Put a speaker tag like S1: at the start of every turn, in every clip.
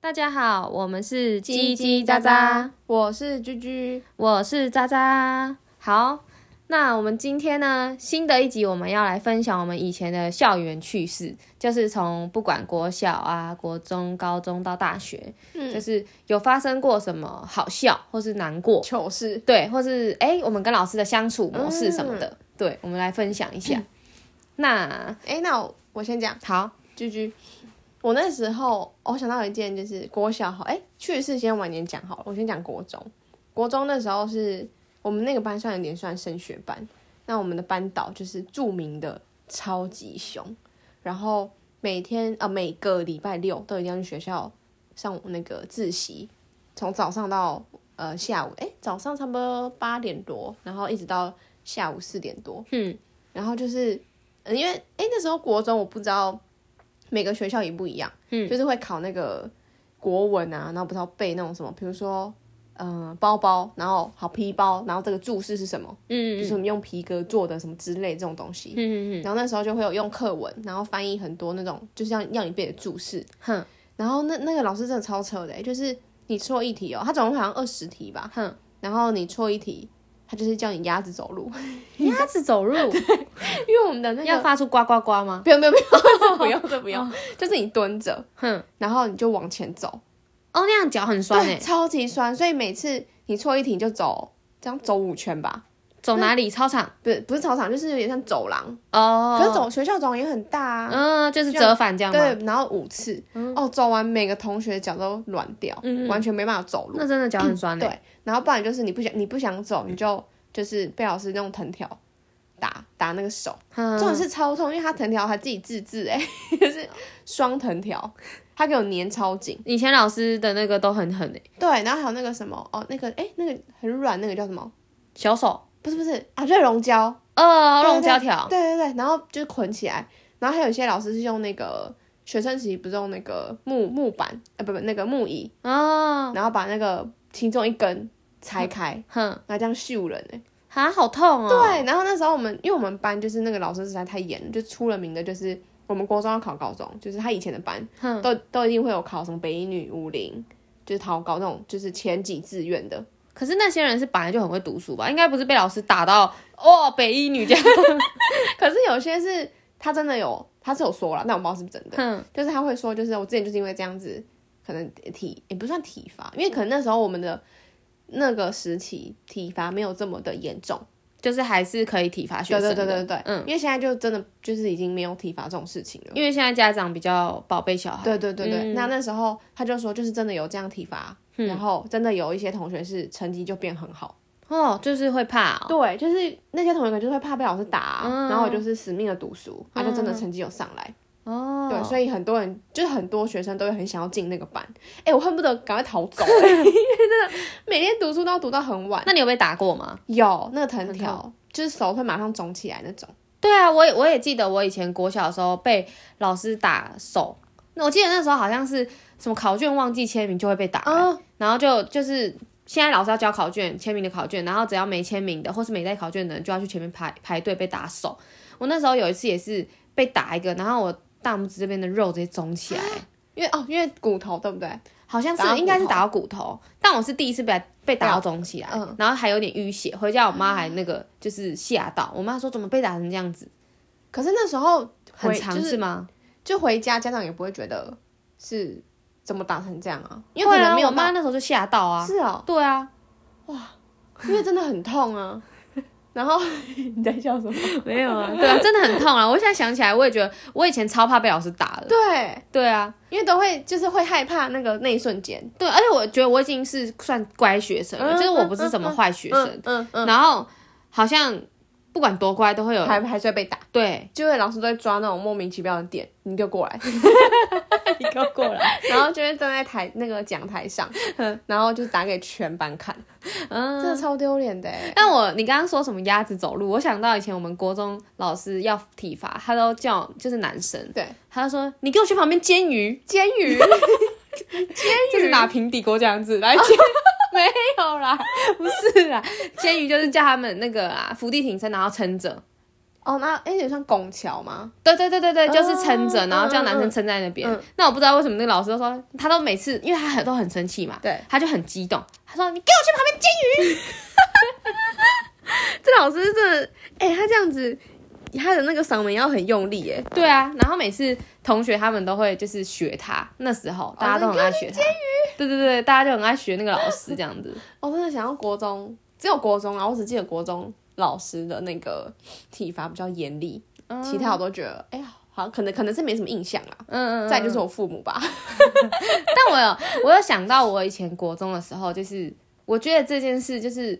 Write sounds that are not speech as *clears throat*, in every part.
S1: 大家好，我们是叽叽
S2: 叽
S1: 喳喳，，
S2: 我是居居，
S1: 我是渣渣。好，那我们今天呢，新的一集我们要来分享我们以前的校园趣事，就是从不管国小啊、国中、高中到大学，就
S2: 嗯，
S1: 是有发生过什么好笑或是难过，
S2: 糗事，
S1: 对，或是哎、诶我们跟老师的相处模式什
S2: 嗯
S1: 么的，对，我们来分享一
S2: *laughs*
S1: 下。那
S2: 哎、那我我先讲
S1: 好，
S2: 居居，我那时候我想到一件就是国小好，哎、去世先晚点讲好了，我先讲国中，国中那时候是我们那个班算有点算升学班，那我们的班导就是著名的超级凶，然后每天呃每个礼拜六都一定要去学校上那个自习，从早上到呃下午，哎、早上差不多八点多，然后一直到下午四点多，
S1: 嗯，
S2: 然后就是、呃因为哎、那时候国中我不知道每个学校也不一样，
S1: 嗯
S2: 就是会考那个国文啊，然后不知道背那种什么，比如说。嗯、包包，然后好皮包，然后这个注释是什么？
S1: 嗯
S2: 就是我们用皮革做的什么之类这种东西。
S1: 嗯嗯
S2: 然后那时候就会有用课文，然后翻译很多那种就是要要你背的注释。
S1: 哼
S2: 然后那那个老师真的超扯的、欸就是你错一题哦，他总共好像二十题吧，
S1: 哼，
S2: 然后你错一题，他就是叫你鸭子走路， *laughs*
S1: 鸭子走路 *laughs*
S2: 因为我们的那
S1: 要
S2: 个
S1: 发出呱呱呱吗？
S2: 不用不用不用，
S1: *laughs*
S2: 不用这不
S1: 哦
S2: 用，就是你蹲着，
S1: 哼，
S2: 然后你就往前走，
S1: 哦，那样脚嗯很酸哎、
S2: 对，超级酸，所以每次你错一题你就走，这样走五圈吧，
S1: 走哪里？操场
S2: 不是不是操场，就是有点像走廊，
S1: 哦。
S2: 可是走学校走廊也很大啊，
S1: 嗯，就是折返这样吗？嗯
S2: 对，然后五次，哦，走完每个同学脚都软掉，完全没办法走路。
S1: 那真的脚很嗯
S2: *coughs*
S1: 酸欸嘞、
S2: 对，然后不然就是你不想你不想走，你就就是被老师用藤条打打那个手，
S1: 嗯
S2: 这种是超痛，因为他藤条还自己自制、哎， *laughs* 就是双藤条，他给我粘超紧。
S1: 以前老师的那个都很狠哎、
S2: 对，然后还有那个什么，哦，那个哎、那个很软，那个叫什么？
S1: 小手，
S2: 不是不是啊，热熔胶，
S1: 哦，
S2: 对
S1: 弄胶条，
S2: 对对对，然后就是捆起来，然后还有一些老师是用那个学生时期不是用那个木木板，呃不不那个木椅，
S1: 哦，
S2: 然后把那个其中一根拆开，
S1: 哼，
S2: 然后这样秀人哎、
S1: 啊，好痛哦。，
S2: 对，然后那时候我们因为我们班就是那个老师实在太严了，就出了名的就是我们国中要考高中，就是他以前的班
S1: 哼，
S2: 都都一定会有考什么北一女、武林，就是桃高那种就是前几志愿的，
S1: 可是那些人是本来就很会读书吧？应该不是被老师打到哦，北一女这样。
S2: 可是有些是他真的有他是有说了，但我不知道是不是真的。
S1: 哼，
S2: 就是他会说，就是我之前就是因为这样子，可能体也不算体罚，因为可能那时候我们的那个时期体罚没有这么的严重。
S1: 就是还是可以体罚学
S2: 对
S1: 生
S2: 对
S1: 的。
S2: 对对对，
S1: 嗯，
S2: 因为现在就真的就是已经没有体罚这种事情了。
S1: 因为现在家长比较宝贝小孩。
S2: 对对对对，
S1: 嗯
S2: 那那时候他就说，就是真的有这样体罚，然后真的有一些同学是成绩就变很好。
S1: 哦，就是会怕、哦。
S2: 对，就是那些同学可能就会怕被老师打啊、
S1: 嗯
S2: 然后我就是死命的读书，他就真的成绩有上来。
S1: 哦，
S2: 对，所以很多人就是很多学生都会很想要进那个班。哎、我恨不得赶快逃走、欸，因 *laughs* 为真的每天读书都要读到很晚。
S1: 那你有被打过吗？
S2: 有那个藤
S1: 很
S2: 条，就是手会马上肿起来那种。
S1: 对啊，我也我也记得我以前国小的时候被老师打手，那我记得那时候好像是什么考卷忘记签名就会被打、
S2: 哦
S1: 然后就就是现在老师要交考卷签名的考卷，然后只要没签名的或是没带考卷的人就要去前面排排队被打手。我那时候有一次也是被打一个，然后我大拇指这边的肉直接肿起来，
S2: 因为哦，因为骨头对不对？
S1: 好像
S2: 打到
S1: 是
S2: 骨
S1: 应该是
S2: 头
S1: 打到骨头，但我是第一次被被打到肿起来，
S2: 嗯
S1: 然后还有点淤血，回家我妈还那个就是吓到，我妈说怎么被打成这样子，
S2: 可是那时候
S1: 很
S2: 回
S1: 长
S2: 就是
S1: 吗？
S2: 就回家，家长也不会觉得是怎么打成这样啊，因为
S1: 会
S2: 可能
S1: 啊
S2: 没有
S1: 我妈
S2: 到、
S1: 那时候就吓到啊。
S2: 是哦，
S1: *laughs* 对啊，
S2: 因为真的很
S1: *laughs*
S2: 痛啊。然后你在笑什么？
S1: 没有 *laughs* 啊，对啊，真的很痛啊！我现在想起来，我也觉得我以前超怕被老师打的。
S2: 对，
S1: 对啊，
S2: 因为都会就是会害怕那个那一瞬间，
S1: 对，而且我觉得我已经是算乖学生了，
S2: 嗯
S1: 就是我不是什么坏学生，
S2: 嗯嗯嗯，
S1: 然后好像不管多乖都会有
S2: 还还是会被打。
S1: 对，
S2: 就会老师都会抓那种莫名其妙的点，你就过来，
S1: 你给我过来，
S2: 然后就会站在台那个讲台上，然后就打给全班看，真
S1: 嗯。
S2: 的超丢脸的欸。
S1: 但我你刚刚说什么鸭子走路，我想到以前我们国中老师要体罚，他都叫就是男生，
S2: 对，
S1: 他就说你给我去旁边煎鱼，
S2: 监狱
S1: 就是拿平底锅这样子来煎， *laughs* 没有啦，不是啦，煎鱼就是叫他们那个啊伏地挺身，然后撑着，
S2: 哦，那哎，也算拱桥吗？
S1: 对对对对对，就是撑
S2: 哦
S1: 着，然后叫
S2: 嗯
S1: 男生
S2: 嗯
S1: 撑在那边。
S2: 嗯
S1: 那我不知道为什么那个老师都说，他都每次，因为他很都很生气嘛，
S2: 对，
S1: 他就很激动，他说：“你给我去旁边煎
S2: 这老师真的，哎，他这样子，他的那个嗓门要很用力，哎，
S1: 鱼！”对啊，然后每次同学他们都会就是学他，那时候大家
S2: 哦
S1: 都很爱学他。对对对，大家就很爱学那个老师这样
S2: *laughs*
S1: 子。
S2: 我哦真的想要国中，只有国中啊，我只记得国中老师的那个体罚比较严厉，
S1: 嗯
S2: 其他我都觉得，哎呀，好像可能可能是没什么印象啦。
S1: 嗯嗯嗯，
S2: 再就是我父母吧，
S1: 但我有我有想到我以前国中的时候，就是我觉得这件事就是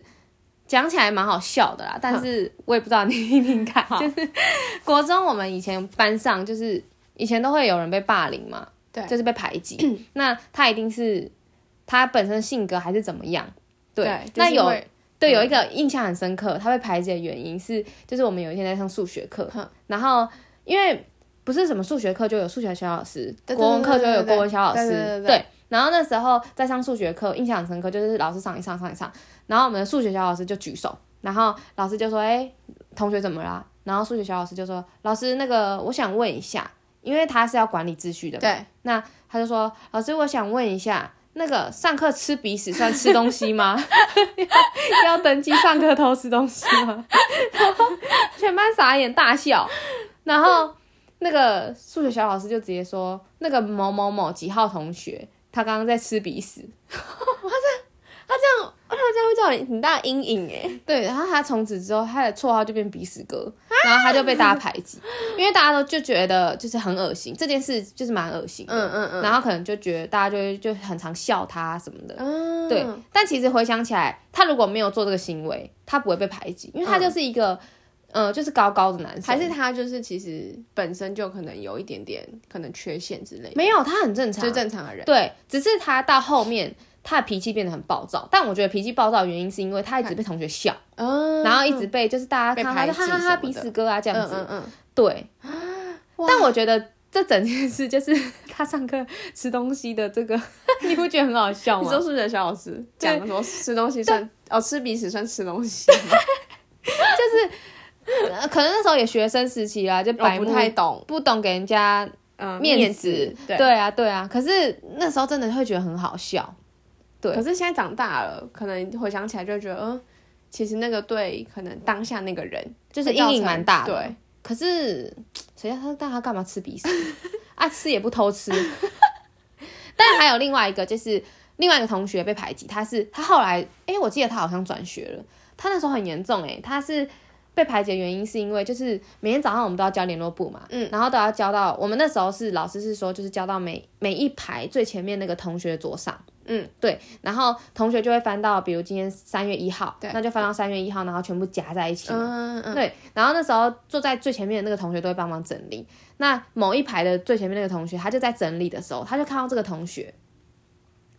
S1: 讲起来蛮好笑的啦，但是我也不知道你 *laughs* 听听
S2: *laughs*
S1: 看，就是国中我们以前班上就是以前都会有人被霸凌嘛，
S2: 对
S1: 就是被排挤，那他一定是他本身性格还是怎么样，对，
S2: 就
S1: 那
S2: 是因
S1: 有
S2: 为
S1: 对，有一个印象很深刻，他被排挤的原因是，就是我们有一天在上数学课
S2: 哼，
S1: 然后因为不是什么数学课就有数学小老师，
S2: 对对
S1: 国文课就有
S2: 对对对
S1: 国文小老
S2: 对对
S1: 师
S2: 对，对
S1: 对。然后那时候在上数学课，印象很深刻，就是老师上一上上一上，然后我们的数学小老师就举手，然后老师就说：“哎、同学怎么啦？”然后数学小老师就说：“老师，那个我想问一下，因为他是要管理秩序的嘛，
S2: 对，
S1: 那他就说：“老师，我想问一下，那个上课吃鼻屎算吃东西吗？ *laughs* 要要登记上课偷吃东西吗？” *laughs* 然后全班傻眼大笑，然后那个数学小老师就直接说：“那个某某某几号同学，他刚刚在吃鼻屎。”
S2: 他这样会造成很大阴影哎。
S1: 对，然后他从此之后，他的绰号就变鼻屎哥，然后他就被大家排挤，因为大家都就觉得就是很恶心，这件事就是蛮恶心的，
S2: 嗯嗯嗯
S1: 然后可能就觉得大家就会就很常笑他什么的，
S2: 嗯，
S1: 对，但其实回想起来，他如果没有做这个行为，他不会被排挤，因为他就是一个，呃，嗯就是高高的男生，
S2: 还是他就是其实本身就可能有一点点可能缺陷之类的，
S1: 没有，他很正常，
S2: 就是正常的人。
S1: 对，只是他到后面他的脾气变得很暴躁，但我觉得脾气暴躁的原因是因为他一直被同学笑，
S2: 嗯
S1: 然后一直被就是大家
S2: 被
S1: 看到他就
S2: 排
S1: 哈
S2: 挤
S1: 哈哈
S2: 什么
S1: 鼻
S2: 的
S1: 屎哥啊这样子，
S2: 嗯嗯
S1: 对，
S2: 哇
S1: 但我觉得。这整件事就是他上课吃东西的这个， *laughs* 你不觉得很好笑
S2: 嗯，你
S1: 吗？
S2: 说数学小老师
S1: 对
S2: 讲说吃东西算哦，吃鼻屎算吃东西，
S1: 呃可能那时候也学生时期啦，就
S2: 我
S1: *laughs* 白
S2: 不
S1: 目
S2: 太懂，
S1: 哦不懂给人家
S2: 嗯，
S1: 面
S2: 子
S1: 子，
S2: 对。
S1: 啊，对啊。可是那时候真的会觉得很好笑，对
S2: 可是现在长大了，可能回想起来就会觉得，嗯，其实那个对可能当下那个人
S1: 就是阴影蛮大的。
S2: 对，
S1: 可是谁让他但他干嘛吃鼻屎 *laughs* 啊？吃也不偷吃。 *laughs* 但还有另外一个，就是另外一个同学被排挤，他是他后来，哎、我记得他好像转学了。他那时候很严重、诶，哎，他是被排挤的原因是因为就是每天早上我们都要交联络簿嘛，
S2: 嗯，
S1: 然后都要交到我们那时候是老师是说就是交到每每一排最前面那个同学的桌上，
S2: 嗯，
S1: 对，然后同学就会翻到，比如今天三月一号，
S2: 对
S1: 那就翻到三月一号，然后全部夹在一起嘛，
S2: 嗯嗯，
S1: 对，然后那时候坐在最前面的那个同学都会帮忙整理。那某一排的最前面那个同学，他就在整理的时候，他就看到这个同学，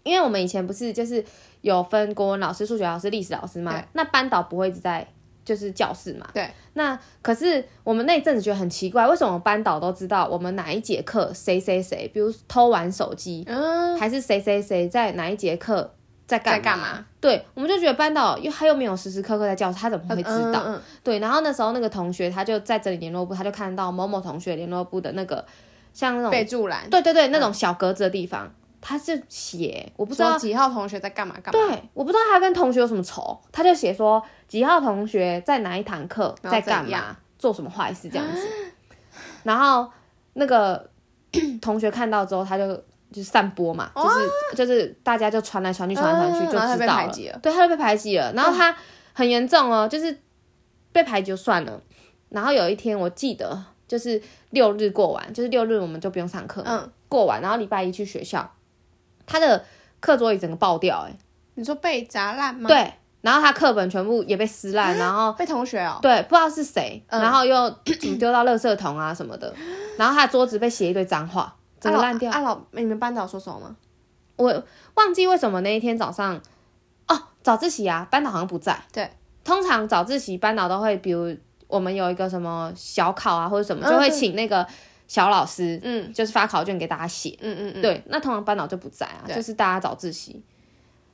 S1: 因为我们以前不是就是有分国文老师、数学老师、历史老师嘛
S2: 对，
S1: 那班导不会一直在就是教室嘛。
S2: 对。
S1: 那可是我们那一阵子觉得很奇怪，为什么班导都知道我们哪一节课谁谁谁，比如偷玩手机，
S2: 嗯，
S1: 还是谁谁谁在哪一节课在干
S2: 在干嘛？
S1: 对，我们就觉得班导又他又没有时时刻刻在教室，他怎么会知道？
S2: 嗯嗯嗯
S1: 对，然后那时候那个同学他就在整理联络簿，他就看到某某同学联络簿的那个像那种
S2: 备注栏，
S1: 对对对那种小格子的地方，他是写我不知
S2: 说
S1: 道，
S2: 几号同学在干嘛干嘛，
S1: 对，我不知道他跟同学有什么仇，他就写说几号同学在哪一堂课
S2: 然后
S1: 在
S2: 怎
S1: 干嘛
S2: 样，
S1: 做什么坏事这样
S2: *gasps*
S1: 子，然后那个 *coughs* 同学看到之后，他就。就是散播嘛，就是就是大家就传来传去，传来传去
S2: 哦嗯
S1: 就
S2: 然后他
S1: 知
S2: 被
S1: 道
S2: 排
S1: 了
S2: 挤了
S1: 对，他就被排挤了。然后他很严重哦，就是被排挤就算了。然后有一天我记得就是六日过完，就是六日我们就不用上课嘛，
S2: 嗯，
S1: 过完，然后礼拜一去学校，他的课桌椅整个爆掉、欸，
S2: 你说被砸烂吗？，
S1: 对，然后他课本全部也被撕烂，然后
S2: 被同学哦，
S1: 对，不知道是谁，
S2: 嗯
S1: 然后又怎么丢到垃圾桶啊什么
S2: *gasps*
S1: 的，然后他的桌子被写一堆脏话，整个
S2: 啊老
S1: 烂掉。
S2: 啊老，你们班导说什么吗？
S1: 我忘记为什么那一天早上，哦，早自习啊，班导好像不在。
S2: 对，
S1: 通常早自习班导都会，比如我们有一个什么小考啊或者什么，
S2: 嗯
S1: 就会
S2: 对
S1: 请那个小老师，
S2: 嗯
S1: 就是发考卷给大家写。
S2: 嗯嗯嗯，
S1: 对，那通常班导就不在啊，
S2: 对
S1: 就是大家早自习。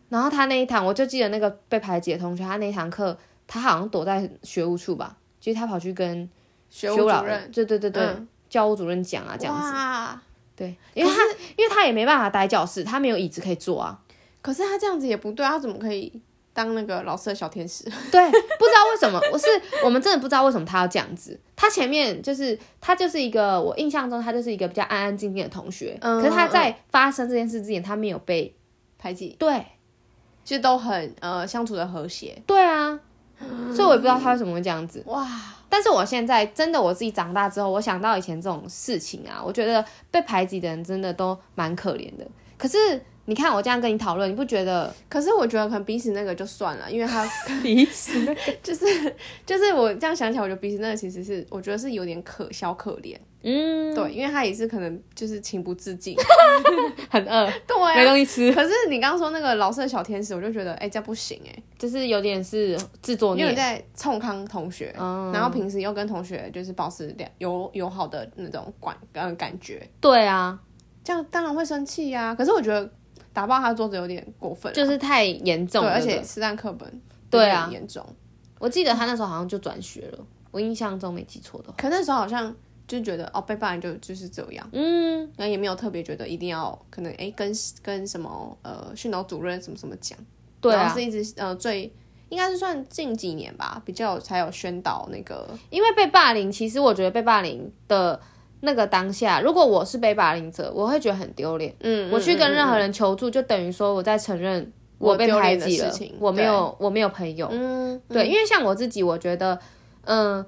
S1: 然后他那一堂，我就记得那个被排挤的同学，他那一堂课，他好像躲在学务处吧，就是他跑去跟
S2: 学
S1: 务
S2: 务
S1: 老
S2: 主
S1: 人，
S2: 任，
S1: 对对对对，
S2: 嗯
S1: 教务主任讲啊这样子，
S2: 哇，
S1: 对，因为他因为他也没办法待教室，他没有椅子可以坐啊，
S2: 可是他这样子也不对，他怎么可以当那个老师的小天使？ *laughs*
S1: 对，不知道为什么， *laughs* 我是我们真的不知道为什么他要这样子。他前面就是他就是一个我印象中他就是一个比较安安静静的同学，
S2: 嗯
S1: 可是他在发生这件事之前，他没有被
S2: 排挤，
S1: 对
S2: 其实都很呃相处的和谐。
S1: 对啊，所以我也不知道他为什么会这样子。
S2: 哇，
S1: 但是我现在真的我自己长大之后，我想到以前这种事情啊，我觉得被排挤的人真的都蛮可怜的。可是你看我这样跟你讨论，你不觉得
S2: 可是我觉得可能彼此那个就算了，因为
S1: *laughs*
S2: 他
S1: 彼此
S2: 就是我这样想起来，我觉得彼此那个其实是我觉得是有点可小可怜，
S1: 嗯
S2: 对，因为他也是可能就是情不自
S1: *laughs*
S2: 禁，
S1: 很饿，
S2: 对啊、
S1: 没东西吃，
S2: *laughs* 可是你刚刚说那个老师的小天使，我就觉得哎、这样不行哎、
S1: 就是有点是自作
S2: 因为
S1: 孽
S2: 我。在冲康同学，
S1: 哦嗯
S2: 然后平时又跟同学就是保持良友友好的那种感嗯、感觉，
S1: 对啊，
S2: 这样当然会生气呀、可是我觉得打爆他的桌子有点过分啊，
S1: 就是太严重
S2: 对，
S1: 了。
S2: 而
S1: 对
S2: 且
S1: 不对
S2: 实战课本
S1: 对啊
S2: 有点严重。
S1: 我记得他那时候好像就转学了，我印象中没记错的话。
S2: 可那时候好像就觉得哦，被霸凌就就是这样，
S1: 嗯，
S2: 然后也没有特别觉得一定要可能哎跟跟什么呃训导主任什么什么讲，
S1: 对
S2: 然
S1: 啊
S2: 后，是一直呃最应该是算近几年吧，比较有才有宣导那个
S1: 因为被霸凌，其实我觉得被霸凌的那个当下，如果我是被霸凌者，我会觉得很丢脸。
S2: 嗯
S1: 我去跟任何
S2: 人
S1: 人求助，就等于说我在承认被
S2: 丢
S1: 排
S2: 脸的
S1: 挤了
S2: 事情，
S1: 我没有我没有朋友。
S2: 嗯
S1: 对，因为像我自己，我觉得，嗯，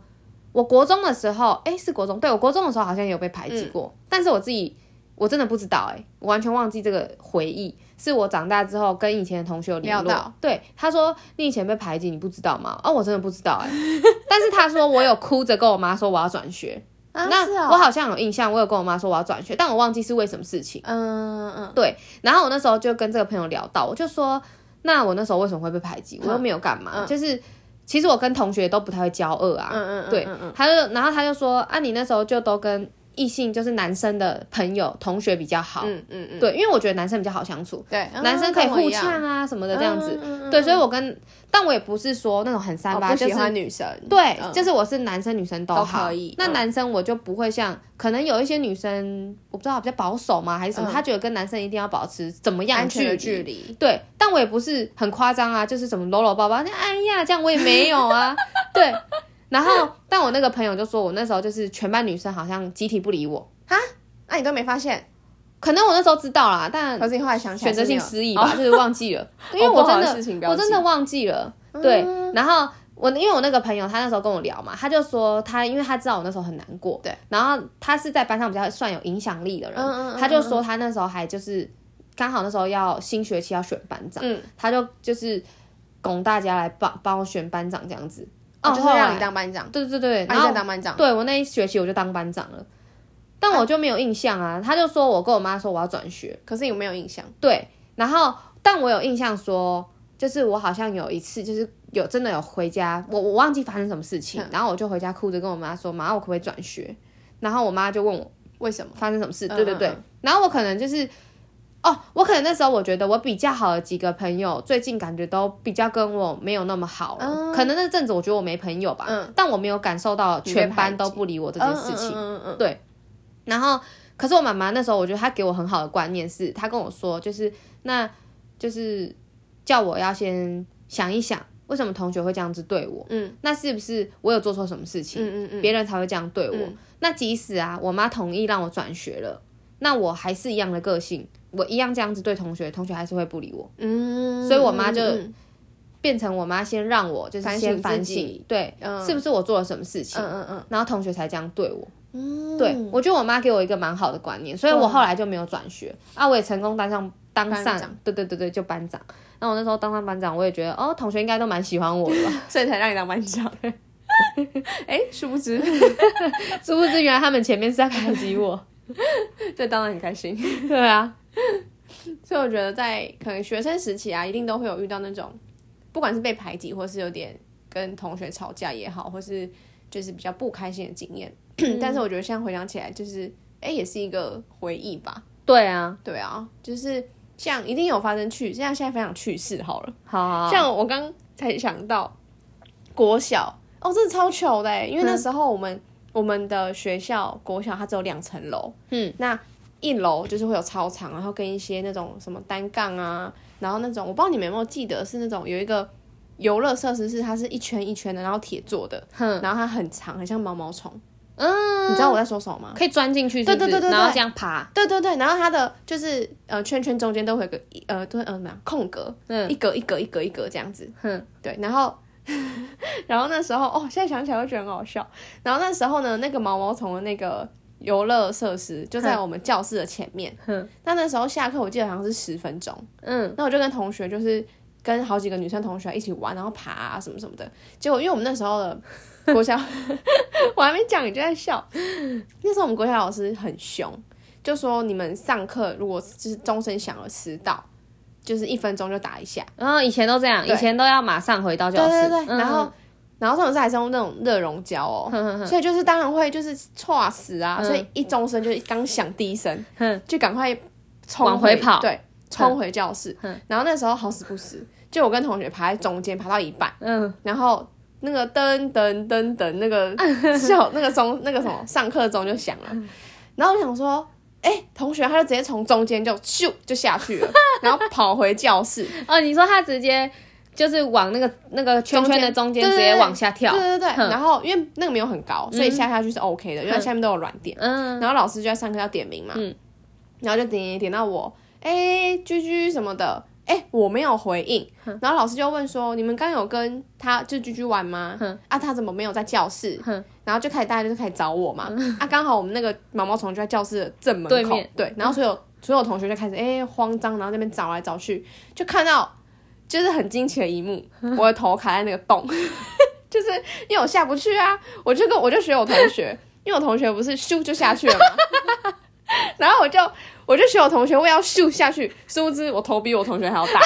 S1: 我国中的时候，哎，是国中，对我国中的时候好像也有被排挤
S2: 嗯
S1: 过，但是我自己我真的不知道，哎，我完全忘记这个回忆。是我长大之后跟以前的同学有联
S2: 聊
S1: 络
S2: 到，
S1: 对他说你以前被排挤，你不知道吗？哦，我真的不知道哎、 *laughs* 但是他说我有哭着跟我妈说我要转学，
S2: 啊
S1: 那
S2: 是
S1: 我
S2: 哦，
S1: 好像有印象，我有跟我妈说我要转学，但我忘记是为什么事情。
S2: 嗯嗯
S1: 然后我那时候就跟这个朋友聊到，我就说，那我那时候为什么会被排挤？
S2: 嗯
S1: 我又没有干嘛，就是其实我跟同学都不太会交恶啊。
S2: 嗯嗯嗯，
S1: 对
S2: 嗯，
S1: 他就然后他就说，啊，你那时候就都跟异性，就是男生的朋友、同学比较好。
S2: 嗯嗯嗯，
S1: 对，因为我觉得男生比较好相处，
S2: 对，嗯
S1: 男生可以
S2: 跟我一
S1: 互
S2: 样
S1: 呛啊什么的这样子。
S2: 嗯嗯嗯
S1: 对，所以我跟，但我也不是说那种很三
S2: 哦
S1: 八，
S2: 不
S1: 就
S2: 喜
S1: 是
S2: 欢女生，
S1: 对，
S2: 嗯
S1: 就是我是男生女生
S2: 都
S1: 好，
S2: 可以
S1: 那
S2: 嗯
S1: 男生我就不会像，可能有一些女生我不知道比较保守嘛，还是什么，
S2: 嗯
S1: 她觉得跟男生一定要保持怎么样
S2: 安全的距
S1: 距离。
S2: 离，
S1: 对，但我也不是很夸张啊，就是什么搂搂抱抱，那哎呀，这样我也没有
S2: *laughs*
S1: 啊。对，然后但我那个朋友就说我那时候就是全班女生好像集体不理我，
S2: 那你都没发现，
S1: 可能我那时候知道啦，但
S2: 可是你后来想起来
S1: 选择性
S2: 是
S1: 失忆吧，就是忘记了，因为
S2: 哦
S1: 我
S2: *laughs* 不好
S1: 真
S2: 的
S1: 的
S2: 事情不要
S1: 我真的忘记了，
S2: 嗯
S1: 对，然后。我因为我那个朋友，他那时候跟我聊嘛，他就说他因为他知道我那时候很难过，
S2: 对，
S1: 然后他是在班上比较算有影响力的人，
S2: 嗯嗯嗯
S1: 他就说他那时候还就是刚好那时候要新学期要选班长，
S2: 嗯
S1: 他就就是拱大家来帮帮我选班长这样子，哦
S2: 记，哦就是
S1: 后
S2: 让
S1: 来
S2: 你当班长，
S1: 对对对，
S2: 啊
S1: 然
S2: 你
S1: 后
S2: 在当班长，
S1: 对我那一学期我就当班长了，但我就没有印象啊，他就说我跟我妈说我要转学，
S2: 可是你有没有印象？
S1: 对，然后但我有印象说，就是我好像有一次就是有真的有回家，我我忘记发生什么事
S2: 嗯
S1: 情，然后我就回家哭着跟我妈说，妈，我可不可以转学？然后我妈就问我
S2: 为什么？
S1: 发生什么事，
S2: 嗯
S1: 对对对，
S2: 嗯嗯
S1: 然后我可能就是。哦，我可能那时候我觉得我比较好的几个朋友，最近感觉都比较跟我没有那么好了。
S2: 嗯
S1: 可能那阵子我觉得我没朋友吧，
S2: 嗯
S1: 但我没有感受到
S2: 你被
S1: 全
S2: 排
S1: 班
S2: 挤
S1: 都不理我这件事情。
S2: 嗯嗯嗯嗯
S1: 然后，可是我妈妈那时候，我觉得她给我很好的观念是，她跟我说，就是那，就是叫我要先想一想，为什么同学会这样子对我？
S2: 嗯，
S1: 那是不是我有做错什么事情，
S2: 嗯嗯嗯，
S1: 别人才会这样对我？
S2: 嗯
S1: 那即使啊，我妈同意让我转学了，那我还是一样的个性，我一样这样子对同学，同学还是会不理我，
S2: 嗯，
S1: 所以我妈就
S2: 嗯
S1: 变成我妈先让我就是
S2: 反省
S1: 先反
S2: 自己
S1: 省，对，
S2: 嗯
S1: 是不是我做了什么事情？
S2: 嗯嗯
S1: 然后同学才这样对我。
S2: 嗯，啊
S1: 对，我觉得我妈给我一个蛮好的观念，所以我后来就没有转学啊，我也成功当上当
S2: 班
S1: 上，对对对对，就班长。那我那时候当上班长，我也觉得哦，同学应该都蛮喜欢我的
S2: *laughs*
S1: 吧，
S2: *laughs* 所以才让你当班长。 *laughs* 哎，殊不知，
S1: 殊不知原来他们前面是在排挤
S2: *laughs*
S1: 我。
S2: 这当然很开心。
S1: 对啊，
S2: 所以我觉得在可能学生时期啊，一定都会有遇到那种，不管是被排挤，或是有点跟同学吵架也好，或是就是比较不开心的经验。 *clears throat* 但是我觉得现在回想起来，就是哎，也是一个回忆吧。
S1: 对啊，
S2: 对啊，就是像一定有发生趣，像现在分享趣事好了。
S1: 好好好
S2: 像我刚才想到国小，哦，真的超糗的欸，因为那时候我们、我们的学校国小它只有两层楼，
S1: 嗯，
S2: 那一楼就是会有操场，然后跟一些那种什么单杠啊，然后那种我不知道你们有没有记得是那种有一个游乐设施是它是一圈一圈的，然后铁做的，
S1: 哼，
S2: 然后它很长，很像毛毛虫，
S1: 嗯，
S2: 你知道我在说什么吗？
S1: 可以钻进去是不是，
S2: 对对对对对
S1: 然后这样爬，
S2: 对对对，然后它的就是呃圈圈中间都会有个一呃对呃什么空格，
S1: 嗯
S2: 一格一格一格一格这样子，
S1: 哼，
S2: 对，然后 *laughs* 然后那时候哦，现在想起来会觉得很好笑。然后那时候呢，那个毛毛虫的那个游乐设施就在
S1: 哼
S2: 我们教室的前面。
S1: 哼，
S2: 那那时候下课我记得好像是十分钟，
S1: 嗯，
S2: 那我就跟同学就是跟好几个女生同学一起玩，然后爬啊什么什么的。结果因为我们那时候的国小， *laughs* 我还没讲你就在笑。那时候我们国小老师很凶，就说你们上课如果就是钟声响了迟到，就是一分钟就打一下。
S1: 然后以前都这样，
S2: 对
S1: 以前都要马上回到教
S2: 对
S1: 室，
S2: 对对，
S1: 嗯
S2: 然后。然后这种是还是用那种热熔胶哦，所以就是当然会就是错死啊，
S1: 嗯
S2: 所以一钟声就是刚响第一声
S1: 嗯，
S2: 就赶快冲
S1: 往回跑
S2: 对，冲回教室。然后那时候好死不死，就我跟同学爬在中间，爬到一半，
S1: 嗯，
S2: 然后那个噔噔噔噔那个
S1: *laughs*
S2: 小那个钟那个什么上课钟就响了，
S1: 嗯
S2: 然后我想说。哎、同学，他就直接从中间就咻就下
S1: *laughs*
S2: 去了，然后跑回教室，
S1: 哦，你说他直接就是往那个那个圈圈的中间
S2: 中间
S1: 直接往下跳，
S2: 对对对，
S1: 哼
S2: 然后因为那个没有很高，所以下下去是 OK 的，因为
S1: 嗯
S2: 下面都有软点。
S1: 嗯，
S2: 然后老师就在上课要点名嘛，
S1: 嗯
S2: 然后就点点点到我，哎、居居什么的，哎、我没有回应。然后老师就问说，你们刚有跟他就居居玩吗？啊，他怎么没有在教室？
S1: 哼嗯
S2: 然后就开始大家就开始找我嘛，啊，刚好我们那个毛毛虫就在教室的正门
S1: 对
S2: 口
S1: 面，嗯
S2: 对，然后所有所有同学就开始哎、慌张，然后在那边找来找去，就看到就是很惊奇的一幕，
S1: 嗯
S2: 我的头卡在那个洞， *laughs* 就是因为我下不去啊，我就跟我就学我同学，因为我同学不是咻就下去了吗？
S1: *laughs*
S2: 然后我就我就学我同学，我也要咻下去，殊不知我头比我同学还要大，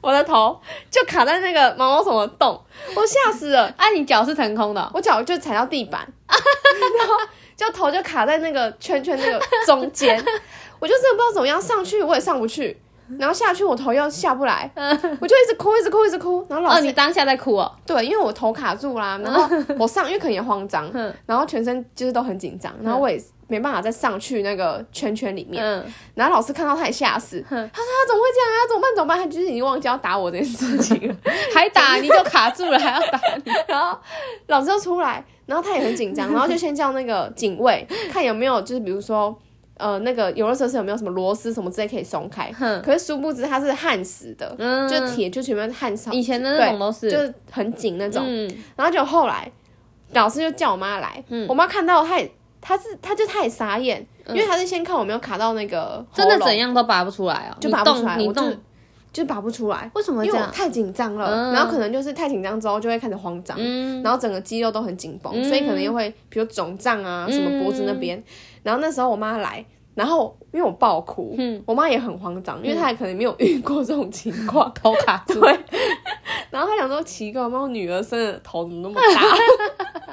S2: 我的头就卡在那个毛毛虫的洞，我吓死了，
S1: 啊，你脚是腾空的哦、
S2: 我脚就踩到地板，然后就头就卡在那个圈圈那个中间，我就真的不知道怎么样上去，我也上不去。然后下去，我头又下不来，我就一直哭，一直哭，一直哭。然后老
S1: 哦，
S2: 师
S1: 你嗯当下在哭哦，
S2: 对，因为我头卡住啦，然后我上，因为可能也慌张，
S1: 嗯
S2: 然后全身就是都很紧张，然后我也没办法再上去那个圈圈里面。
S1: 嗯，
S2: 然后老师看到他也吓死，他说他怎么会这样啊？怎么办？怎么办？他就是已经忘记要打我这件事情了。
S1: 还打你就卡住了，还要打，
S2: *laughs* 然后老师就出来，然后他也很
S1: *laughs*
S2: 紧张，然后就先叫那个警卫看有没有，就是比如说。呃，那个游乐设施有没有什么螺丝什么之类可以松开？可是殊不知它是焊死的，
S1: 嗯，
S2: 就铁就全部焊上，
S1: 以前的那种都是，
S2: 就是很紧那种。
S1: 嗯，
S2: 然后就后来老师就叫我妈来，我妈看到她也，她是她就她也傻眼，因为她是先看我没有卡到那个
S1: 嗯真的
S2: 喉咙
S1: 怎样都拔不出来哦，
S2: 就拔不出
S1: 你动
S2: 来，我
S1: 你
S2: 就
S1: 动
S2: 就拔不出来，
S1: 为什么
S2: 因为我？太紧张
S1: 嗯
S2: 了，然后可能就是太紧张之后就会开始慌张。
S1: *laughs* 嗯，
S2: 然后整个肌肉都很紧绷，
S1: 嗯
S2: 所以可能又会比如肿胀啊，
S1: 嗯
S2: 什么脖子那边。然后那时候我妈来，然后因为我爆哭，
S1: 嗯
S2: 我妈也很慌张，因为她也可能没有遇过这种情
S1: *laughs*
S2: 况，
S1: 头卡住，
S2: 对，然后他想说奇怪，我妈我女儿生的头怎么那么大？
S1: *laughs*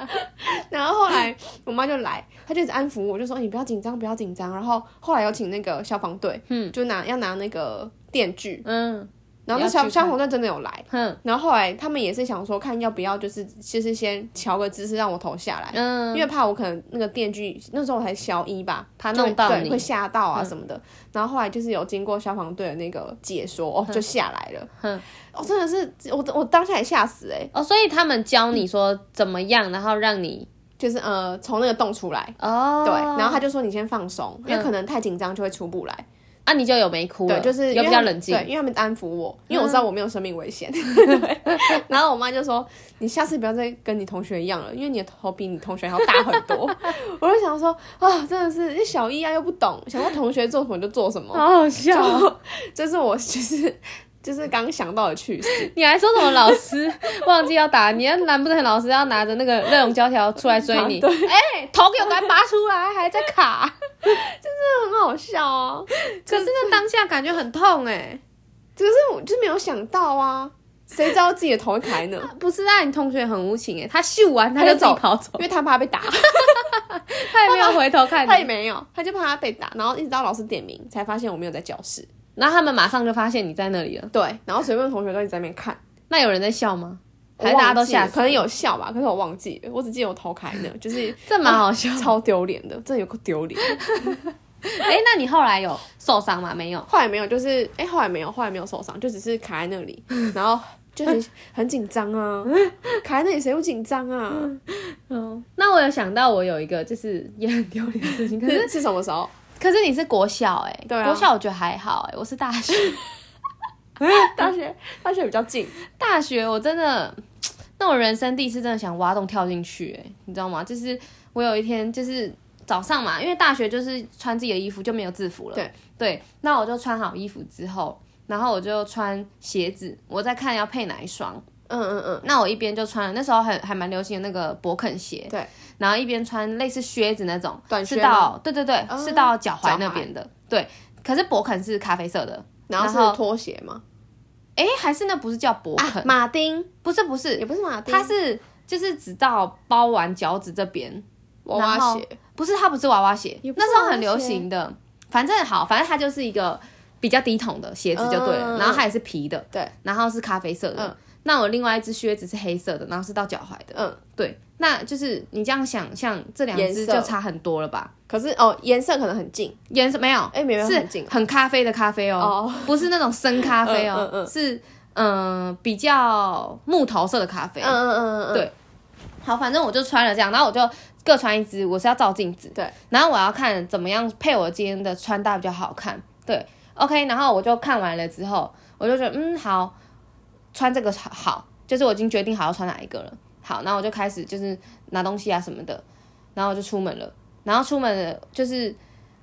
S2: 然后后来我妈就来，她就一直安抚我，就说你不要紧张，不要紧张。然后后来有请那个消防队，
S1: 嗯
S2: 就拿要拿那个电锯，
S1: 嗯
S2: 然后那
S1: 要
S2: 消
S1: 去看
S2: 消防队真的有来。
S1: 哼
S2: 然后后来他们也是想说，看要不要就是就是先瞧个姿势让我头下来，
S1: 嗯，
S2: 因为怕我可能那个电锯那时候我才小一吧，
S1: 怕
S2: 就会
S1: 弄到
S2: 对
S1: 你嗯
S2: 会吓到啊什么的。然后后来就是有经过消防队的那个解说，哦，就下来了。
S1: 嗯
S2: 哦，真的是我我当下也吓死哎、欸，
S1: 哦，所以他们教你说怎么样，然后让你
S2: 就是呃从那个洞出来，
S1: 哦，
S2: 对，然后他就说你先放松，因为
S1: 嗯
S2: 可能太紧张就会出不来。
S1: 啊，你就有没哭了，
S2: 对，就是
S1: 有
S2: 因为
S1: 比
S2: 他
S1: 较
S2: 们
S1: 冷静嗯
S2: 对，，因为他们安抚我，因为我知道我没有生命危险。 *laughs* 对，然后我妈就说：“你下次不要再跟你同学一样了，因为你的头比你同学还要大很多。” *laughs* 我就想说啊，真的是因为小一啊又不懂，想说同学做什么就做什么，
S1: 好好笑哦
S2: 就 *laughs* 这是我就是就是刚想到的趣事。啊
S1: 你还说什么老 *laughs* 师忘记要打你？难不成老师要拿着那个热熔胶条出来追 *laughs* 你？
S2: 对
S1: 哎、头给我赶快拔出来，还在
S2: *laughs*
S1: 卡。
S2: 很好笑啊！
S1: 可是那当下感觉很痛哎、
S2: 可是我就没有想到啊，谁知道自己的头会开呢？
S1: 不是啊，你同学很无情哎、他秀完他
S2: 他就
S1: 就自己
S2: 走
S1: 跑走
S2: 因，为他怕被打，
S1: *laughs* 他也没有回头看
S2: 他也
S1: 你。
S2: 没有，他就怕他被打，然后一直到老师点名才发现我没有在教室。
S1: 然后他们马上就发现你在那里了。
S2: 对，然后随便同学都一直在那边看，
S1: 那有人在笑吗？还是大家都吓
S2: 下，
S1: 死
S2: 可能有笑吧，可是我忘记了，我只记得我头开呢， *laughs* 就是
S1: 这蛮好笑。
S2: 超丢脸的，真的有个丢
S1: *laughs*
S2: 脸。
S1: 哎、那你后来有受伤吗？没有。
S2: 后来没有，就是哎、后来没有，后来没有受伤，就只是卡在那 *laughs* 里，然后就很很紧张啊，卡在那里谁不紧张 *laughs* 啊？
S1: 嗯，那我有想到，我有一个就是也很丢脸的事情，可是
S2: 是是什么时候？
S1: *laughs* 可是你是国小哎、
S2: 对啊
S1: 国小我觉得还好哎、我是大学，
S2: 大学大学比较近，
S1: *laughs* 大学我真的，那我人生第一次真的想挖洞跳进去哎、你知道吗？就是我有一天就是早上嘛，因为大学就是穿自己的衣服就没有制服了，
S2: 对
S1: 对，那我就穿好衣服之后，然后我就穿鞋子，我在看要配哪一双。
S2: 嗯嗯嗯，
S1: 那我一边就穿，那时候很还蛮流行的那个勃肯鞋，
S2: 对，
S1: 然后一边穿类似靴子那种，
S2: 短靴
S1: 是到对对对，
S2: 嗯
S1: 是到脚
S2: 脚
S1: 踝
S2: 踝
S1: 那边的，对。可是勃肯是咖啡色的，
S2: 然后
S1: 然后
S2: 是拖鞋嘛，啊
S1: 哎，还是那不是叫勃肯，
S2: 马丁
S1: 不是不是，
S2: 也不是马丁，
S1: 它是就是只到包完脚趾这边，
S2: 娃娃鞋，
S1: 不是它不是娃娃鞋
S2: 也，不是
S1: 那时候
S2: 娃娃
S1: 很流
S2: 鞋
S1: 行的，反正好，反正它就是一个比较低筒的鞋子就对了，
S2: 嗯
S1: 然后它也是皮的，
S2: 对，
S1: 然后是咖啡色的。那我另外一只靴子是黑色的，然后是到脚踝的。
S2: 嗯，
S1: 对，那就是你这样想象，这两
S2: 颜
S1: 只
S2: 色
S1: 就差很多了吧？
S2: 可是哦，颜色可能很近
S1: 颜色没有，
S2: 哎没有很
S1: 是
S2: 近
S1: 很咖啡的咖啡哦，
S2: 哦，
S1: 不是那种深咖啡哦，
S2: 嗯嗯嗯
S1: 是嗯、呃比较木头色的咖啡。
S2: 嗯嗯嗯嗯，嗯
S1: 对好，反正我就穿了这样，然后我就各穿一只，我是要照镜子，
S2: 对，
S1: 然后我要看怎么样配我今天的穿搭比较好看，对，OK，然后我就看完了之后，我就觉得嗯好，穿这个好好，就是我已经决定好要穿哪一个了，好，然后我就开始就是拿东西啊什么的，然后我就出门了，然后出门了就是。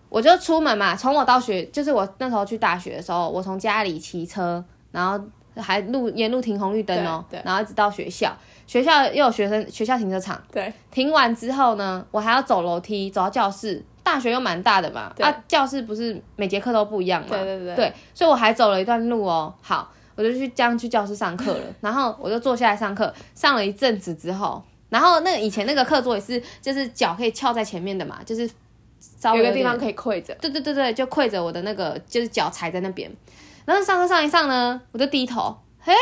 S1: 我就出门嘛，从我到学，就是我那时候去大学的时候，我从家里骑车，然后还路沿路停红绿灯哦、
S2: 对对
S1: 然后一直到学校，学校又有学生学校停车场，
S2: 对，
S1: 停完之后呢，我还要走楼梯走到教室。大学又蛮大的嘛，
S2: 对
S1: 啊，教室不是每节课都不一样嘛，
S2: 对对对
S1: 所以我还走了一段路哦。好，我就去这样去教室上课
S2: *laughs*
S1: 了，然后我就坐下来上课，上了一阵子之后，然后那个以前那个课桌也是，就是脚可以翘在前面的嘛，就是稍微
S2: 有一
S1: 有
S2: 个
S1: 点
S2: 地方可以跪着，
S1: 对对对对，就跪着我的那个，就是脚踩在那边。然后上课上一上呢，我就低头，哎、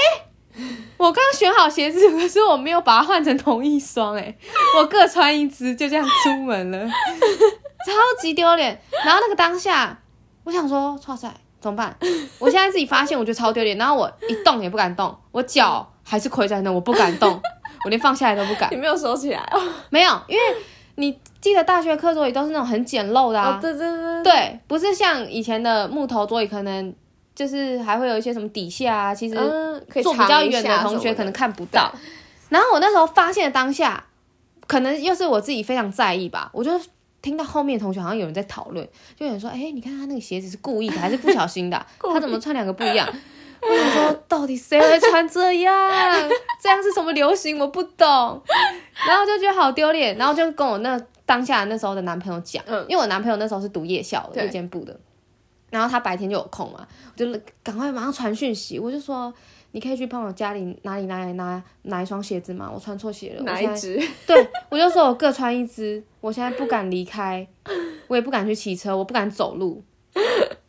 S1: 我刚选好鞋子，可是我没有把它换成同一双， *laughs* 哎，我各穿一只，就这样出门了，超级丢脸。然后那个当下，我想说，哇塞，怎么办？我现在自己发现，我觉得超丢脸。然后我一动也不敢动，我脚还是跪在那，我不敢动， *laughs* 我连放下来都不敢
S2: 你。没有收起来哦，
S1: 没有，因为你记得大学课桌椅都是那种很简陋的啊
S2: 哦，对对对对，
S1: 对，不是像以前的木头桌椅，可能就是还会有一些什么底下啊，其实
S2: 嗯，可以
S1: 坐比较
S2: 藏一
S1: 远的
S2: 下
S1: 同
S2: 什么
S1: 学
S2: 的
S1: 可能看不到。然后我那时候发现的当下，可能又是我自己非常在意吧，我就听到后面同学好像有人在讨论，就有人说：“哎、你看他那个鞋子是故意的还是不小心
S2: *laughs*
S1: 的啊、他怎么穿两个不一样？”我想说，到底谁会穿这样？这样是什么流行？我不懂。然后就觉得好丢脸，然后就跟我那当下那时候的男朋友讲，
S2: 嗯
S1: 因为我男朋友那时候是读夜校的
S2: 对
S1: 夜间部的，然后他白天就有空嘛，我就赶快马上传讯息，我就说你可以去帮我家里哪里哪里拿拿一双鞋子吗？我穿错鞋了，
S2: 哪
S1: 我现
S2: 一
S1: 在
S2: 只？
S1: *laughs* 对，我就说我各穿一只，我现在不敢离开，我也不敢去骑车，我不敢走路。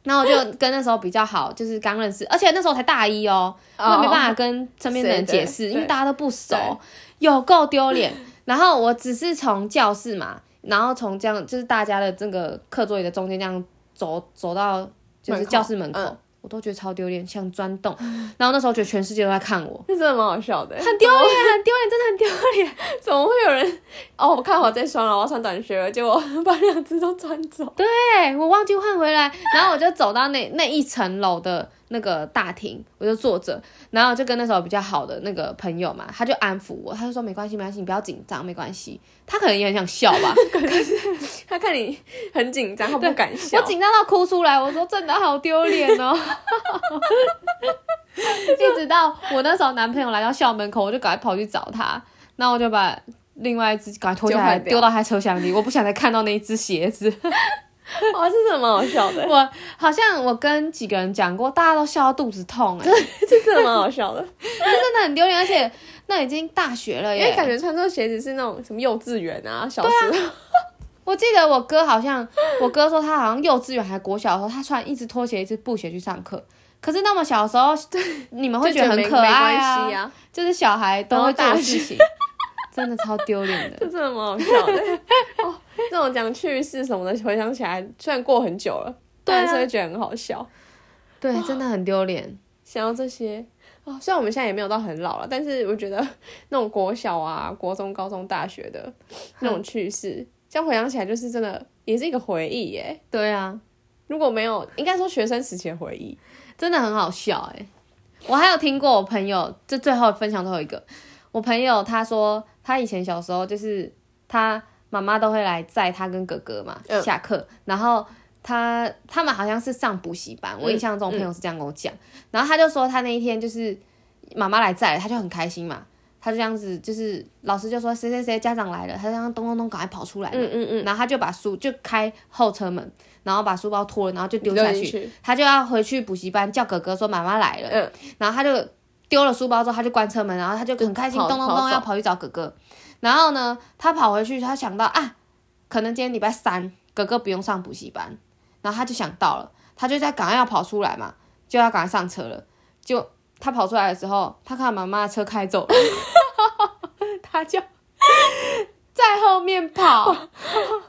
S1: 然后我就跟那时候比较好，就是刚认识，而且那时候才大一哦，我也没办法跟身边的人解
S2: 谁
S1: 释，
S2: 对
S1: 因为大家都不熟
S2: 对，
S1: 有够丢脸。然后我只是从教室嘛，然后从这样就是大家的这个课桌椅的中间这样走走到就是
S2: 门口
S1: 教室门口，
S2: 嗯
S1: 我都觉得超丢脸，像钻洞。然后那时候觉得全世界都在看我，
S2: 那真的蛮好
S1: *laughs*
S2: 笑的，
S1: 很丢脸，很丢脸，真的很丢脸。
S2: 怎么会有人？哦，我看好这双了，我要穿短靴了，结果把两只都穿走。
S1: 对我忘记换回来，然后我就走到那那一层楼的那个大厅，我就坐着，然后就跟那时候比较好的那个朋友嘛，他就安抚我，他就说没关系，没关系，你不要紧张，没关系。他可能也很想笑吧，
S2: 他看你很紧张，他不敢 *laughs* 笑
S1: 我。紧张到哭出来，我说真的好丢脸哦。 *laughs* 一直到我那时候男朋友来到校门口，我就赶快跑去找他，那我就把另外一只赶快脱下来
S2: 就换掉
S1: 丢到他车厢里，我不想再看到那一只鞋子。
S2: 哇，这哦真的蛮好笑的，
S1: *laughs* 我好像我跟几个人讲过，大家都笑到肚子痛、 *laughs* 欸，哎，
S2: 这真的蛮好
S1: *laughs*
S2: 笑的。
S1: 真的很丢脸，而且那已经大学了
S2: 因
S1: 耶，
S2: 为感觉穿错鞋子是那种什么幼稚园啊，小时候。
S1: 我记得我哥好像， *laughs* 我哥说他好像幼稚园还国小的时候，他穿一只拖鞋一只布鞋去上课。可是那么小的时候， *laughs* 你们会
S2: 就
S1: 觉得很
S2: 没
S1: 可爱
S2: 没关系
S1: 啊，
S2: 啊，
S1: 就是小孩都会做的事情， *laughs* 真的超丢脸的。
S2: 这真的蛮好笑的。 *laughs* 哦，那种讲趣事什么的，回想起来虽然过很久了，
S1: 对啊
S2: 但还是会觉得很好笑。
S1: 对，真的很丢脸。
S2: 想到这些哦，虽然我们现在也没有到很老了，但是我觉得那种国小啊、国中、高中、大学的那种趣事，这样回想起来就是真的也是一个回忆耶。
S1: 对啊，
S2: 如果没有，应该说学生时期的回忆，
S1: 真的很好笑哎、我还有听过我朋友，这最后分享最后一个，我朋友他说他以前小时候就是他妈妈都会来载他跟哥哥嘛、
S2: 嗯
S1: 下课，然后他他们好像是上补习
S2: 嗯
S1: 班，我印象中我朋友是这样跟我讲，然后他就说他那一天就是妈妈来载了，他就很开心嘛。他就这样子，就是老师就说谁谁谁家长来了，他就这样咚咚咚赶快跑出来嘛，
S2: 嗯嗯
S1: 然后他就把书就开后车门，然后把书包脱了，然后就丢下
S2: 丢进
S1: 去，
S2: 去
S1: 他就要回去补习班叫哥哥说妈妈来了，
S2: 嗯
S1: 然后他就丢了书包之后，他就关车门，然后他就很开心，
S2: 跑
S1: 咚咚
S2: 跑走
S1: 咚要跑去找哥哥。然后呢，他跑回去，他想到啊，可能今天礼拜三哥哥不用上补习班，然后他就想到了，他就在赶快要跑出来嘛，就要赶快上车了。就他跑出来的时候，他看到妈妈的车开走了， *laughs*
S2: 他就
S1: 在后面
S2: *laughs*
S1: 跑，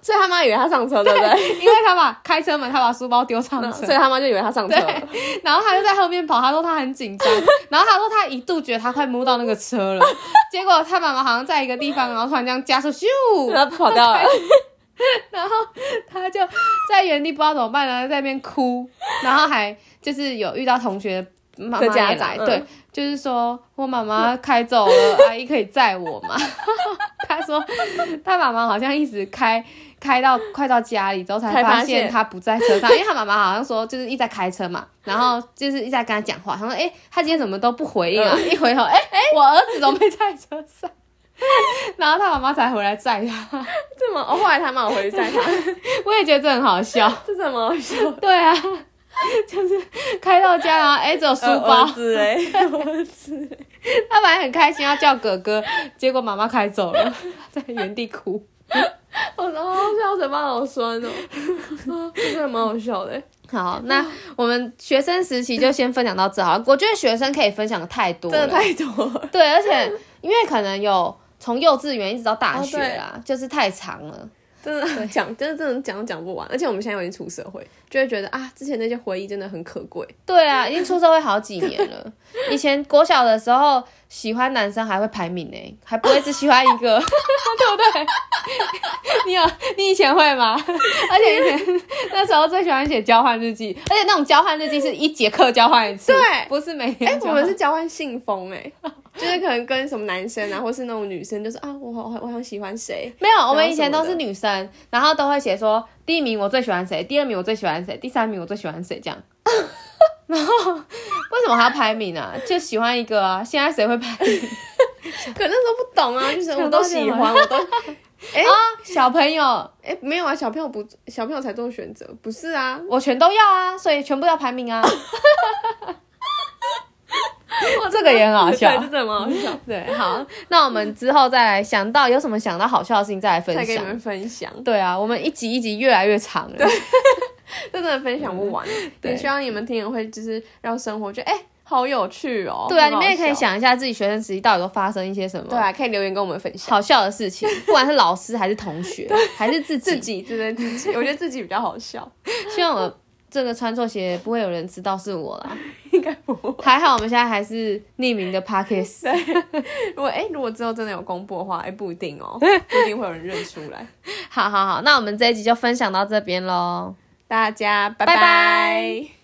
S2: 所以他妈以为他上哦车，对
S1: *laughs*
S2: 不嗯对？
S1: 因为他把开车门，他把书包丢上
S2: 那
S1: 车
S2: 所以，他妈就以为他上车了。
S1: *laughs* 然后他就在后面跑，他说他很紧张，然后他说他一度觉得他快摸到那个车了，结果他妈妈好像在一个地方，然后突然这样加速，咻，
S2: *laughs* 然后跑
S1: *laughs*
S2: 掉了，
S1: 然后他就在原地不知道怎么办然后在那边哭，然后还就是有遇到同学妈妈
S2: 的家
S1: 也来，
S2: 长嗯
S1: 对，就是说我妈妈开走了，阿姨可以载我吗？ *laughs* 他说他妈妈好像一直开开到快到家里之后才
S2: 才发
S1: 发现
S2: 现
S1: 他不在车上，因为他妈妈好像说就是一直在开车嘛，然后就是一直在跟他讲话，他说哎、诶他今天怎么都不回应啊？
S2: 嗯
S1: 一回头哎哎、诶我儿子都没在车上， *laughs* 然后他妈妈才回来载他，
S2: 这么哦，后来他妈有回去载他，
S1: 我也觉得这很好笑。
S2: 这怎么好笑？ *laughs*
S1: 对啊，就是开到家然后哎、只有书包
S2: 儿，子哎，儿子欸，
S1: 他本来很开心要叫哥哥，结果妈妈开走了， *laughs* 在原地哭，
S2: *laughs* 我哦，笑嘴巴好酸哦， *laughs* 啊这真的蛮好笑的欸。
S1: 好，那我们学生时期就先分享到这好了。我觉得学生可以分享的太多
S2: 真
S1: 了，
S2: 的太多了。
S1: 对，而且因为可能有从幼稚园一直到大学
S2: 哦对
S1: 啦，就是太长了。
S2: 真的讲，真的真的讲都讲不完，而且我们现在已经出社会，就会觉得啊，之前那些回忆真的很可贵。
S1: 对啊，已经出社会好几年 *laughs* 了。以前国小的时候，喜欢男生还会排名呢、还不会只喜欢一个， *laughs* 对不对？你有你以前会 *laughs* 吗？而且以前那时候最喜欢写交换日记，而且那种交换日记是一节课交换一次，
S2: 对
S1: 不是每
S2: 哎、
S1: 天交
S2: 我
S1: 换。
S2: 们是交换信封哎、就是可能跟什么男生啊，或是那种女生，就是啊，我好我想喜欢谁，
S1: 没有，我
S2: 然
S1: 们
S2: 后
S1: 以前
S2: 什么
S1: 都是
S2: 的
S1: 女生，然后都会写说第一名我最喜欢谁，第二名我最喜欢谁，第三名我最喜欢谁 *laughs* 这样。然后为什么还要排名啊？就喜欢一个啊！现在谁会排名？
S2: 可那时候不懂啊，就是
S1: 到
S2: 我都喜
S1: *laughs*
S2: 欢，我都
S1: 小朋友，
S2: 哎、没有啊，小朋友不小朋友才做选择，不是啊，
S1: 我全都要啊，所以全部要排名啊。
S2: *laughs*
S1: 这个也很好笑
S2: *laughs* 对，这真的蛮
S1: *laughs*
S2: 好笑，
S1: 对，好，那我们之后再来想到有什么想到好笑的事情再来分
S2: 再给你
S1: 享。
S2: 们分享，
S1: 对啊，我们一集一集越来越长了。
S2: 这真的分享不完，
S1: 嗯对
S2: 也希望你们听了会就是让生活觉得哎、好有趣哦，
S1: 对啊，
S2: 很
S1: 你
S2: 好
S1: 们也可以
S2: 笑，
S1: 想一下自己学生时期到底都发生一些什
S2: 对
S1: 么
S2: 啊，可以留言跟我们分享。
S1: 好笑的事
S2: *laughs*
S1: 情，不管是老师还是同学，还是自
S2: 自
S1: 己。
S2: 己，对对，自己，我觉得自己比较好笑，
S1: 希望我这个穿错鞋不会有人知道是我啦。
S2: 应该
S1: *laughs*
S2: 不会。
S1: 还好我们现在还是匿
S2: *laughs*
S1: 名的 Pockets。
S2: 如果哎、如果之后真的有公布的话，哎、不一
S1: *laughs*
S2: 定哦，不一定会有人认出来。
S1: 好好好，那我们这一集就分享到这边喽。
S2: 大家拜
S1: 拜
S2: 拜
S1: 拜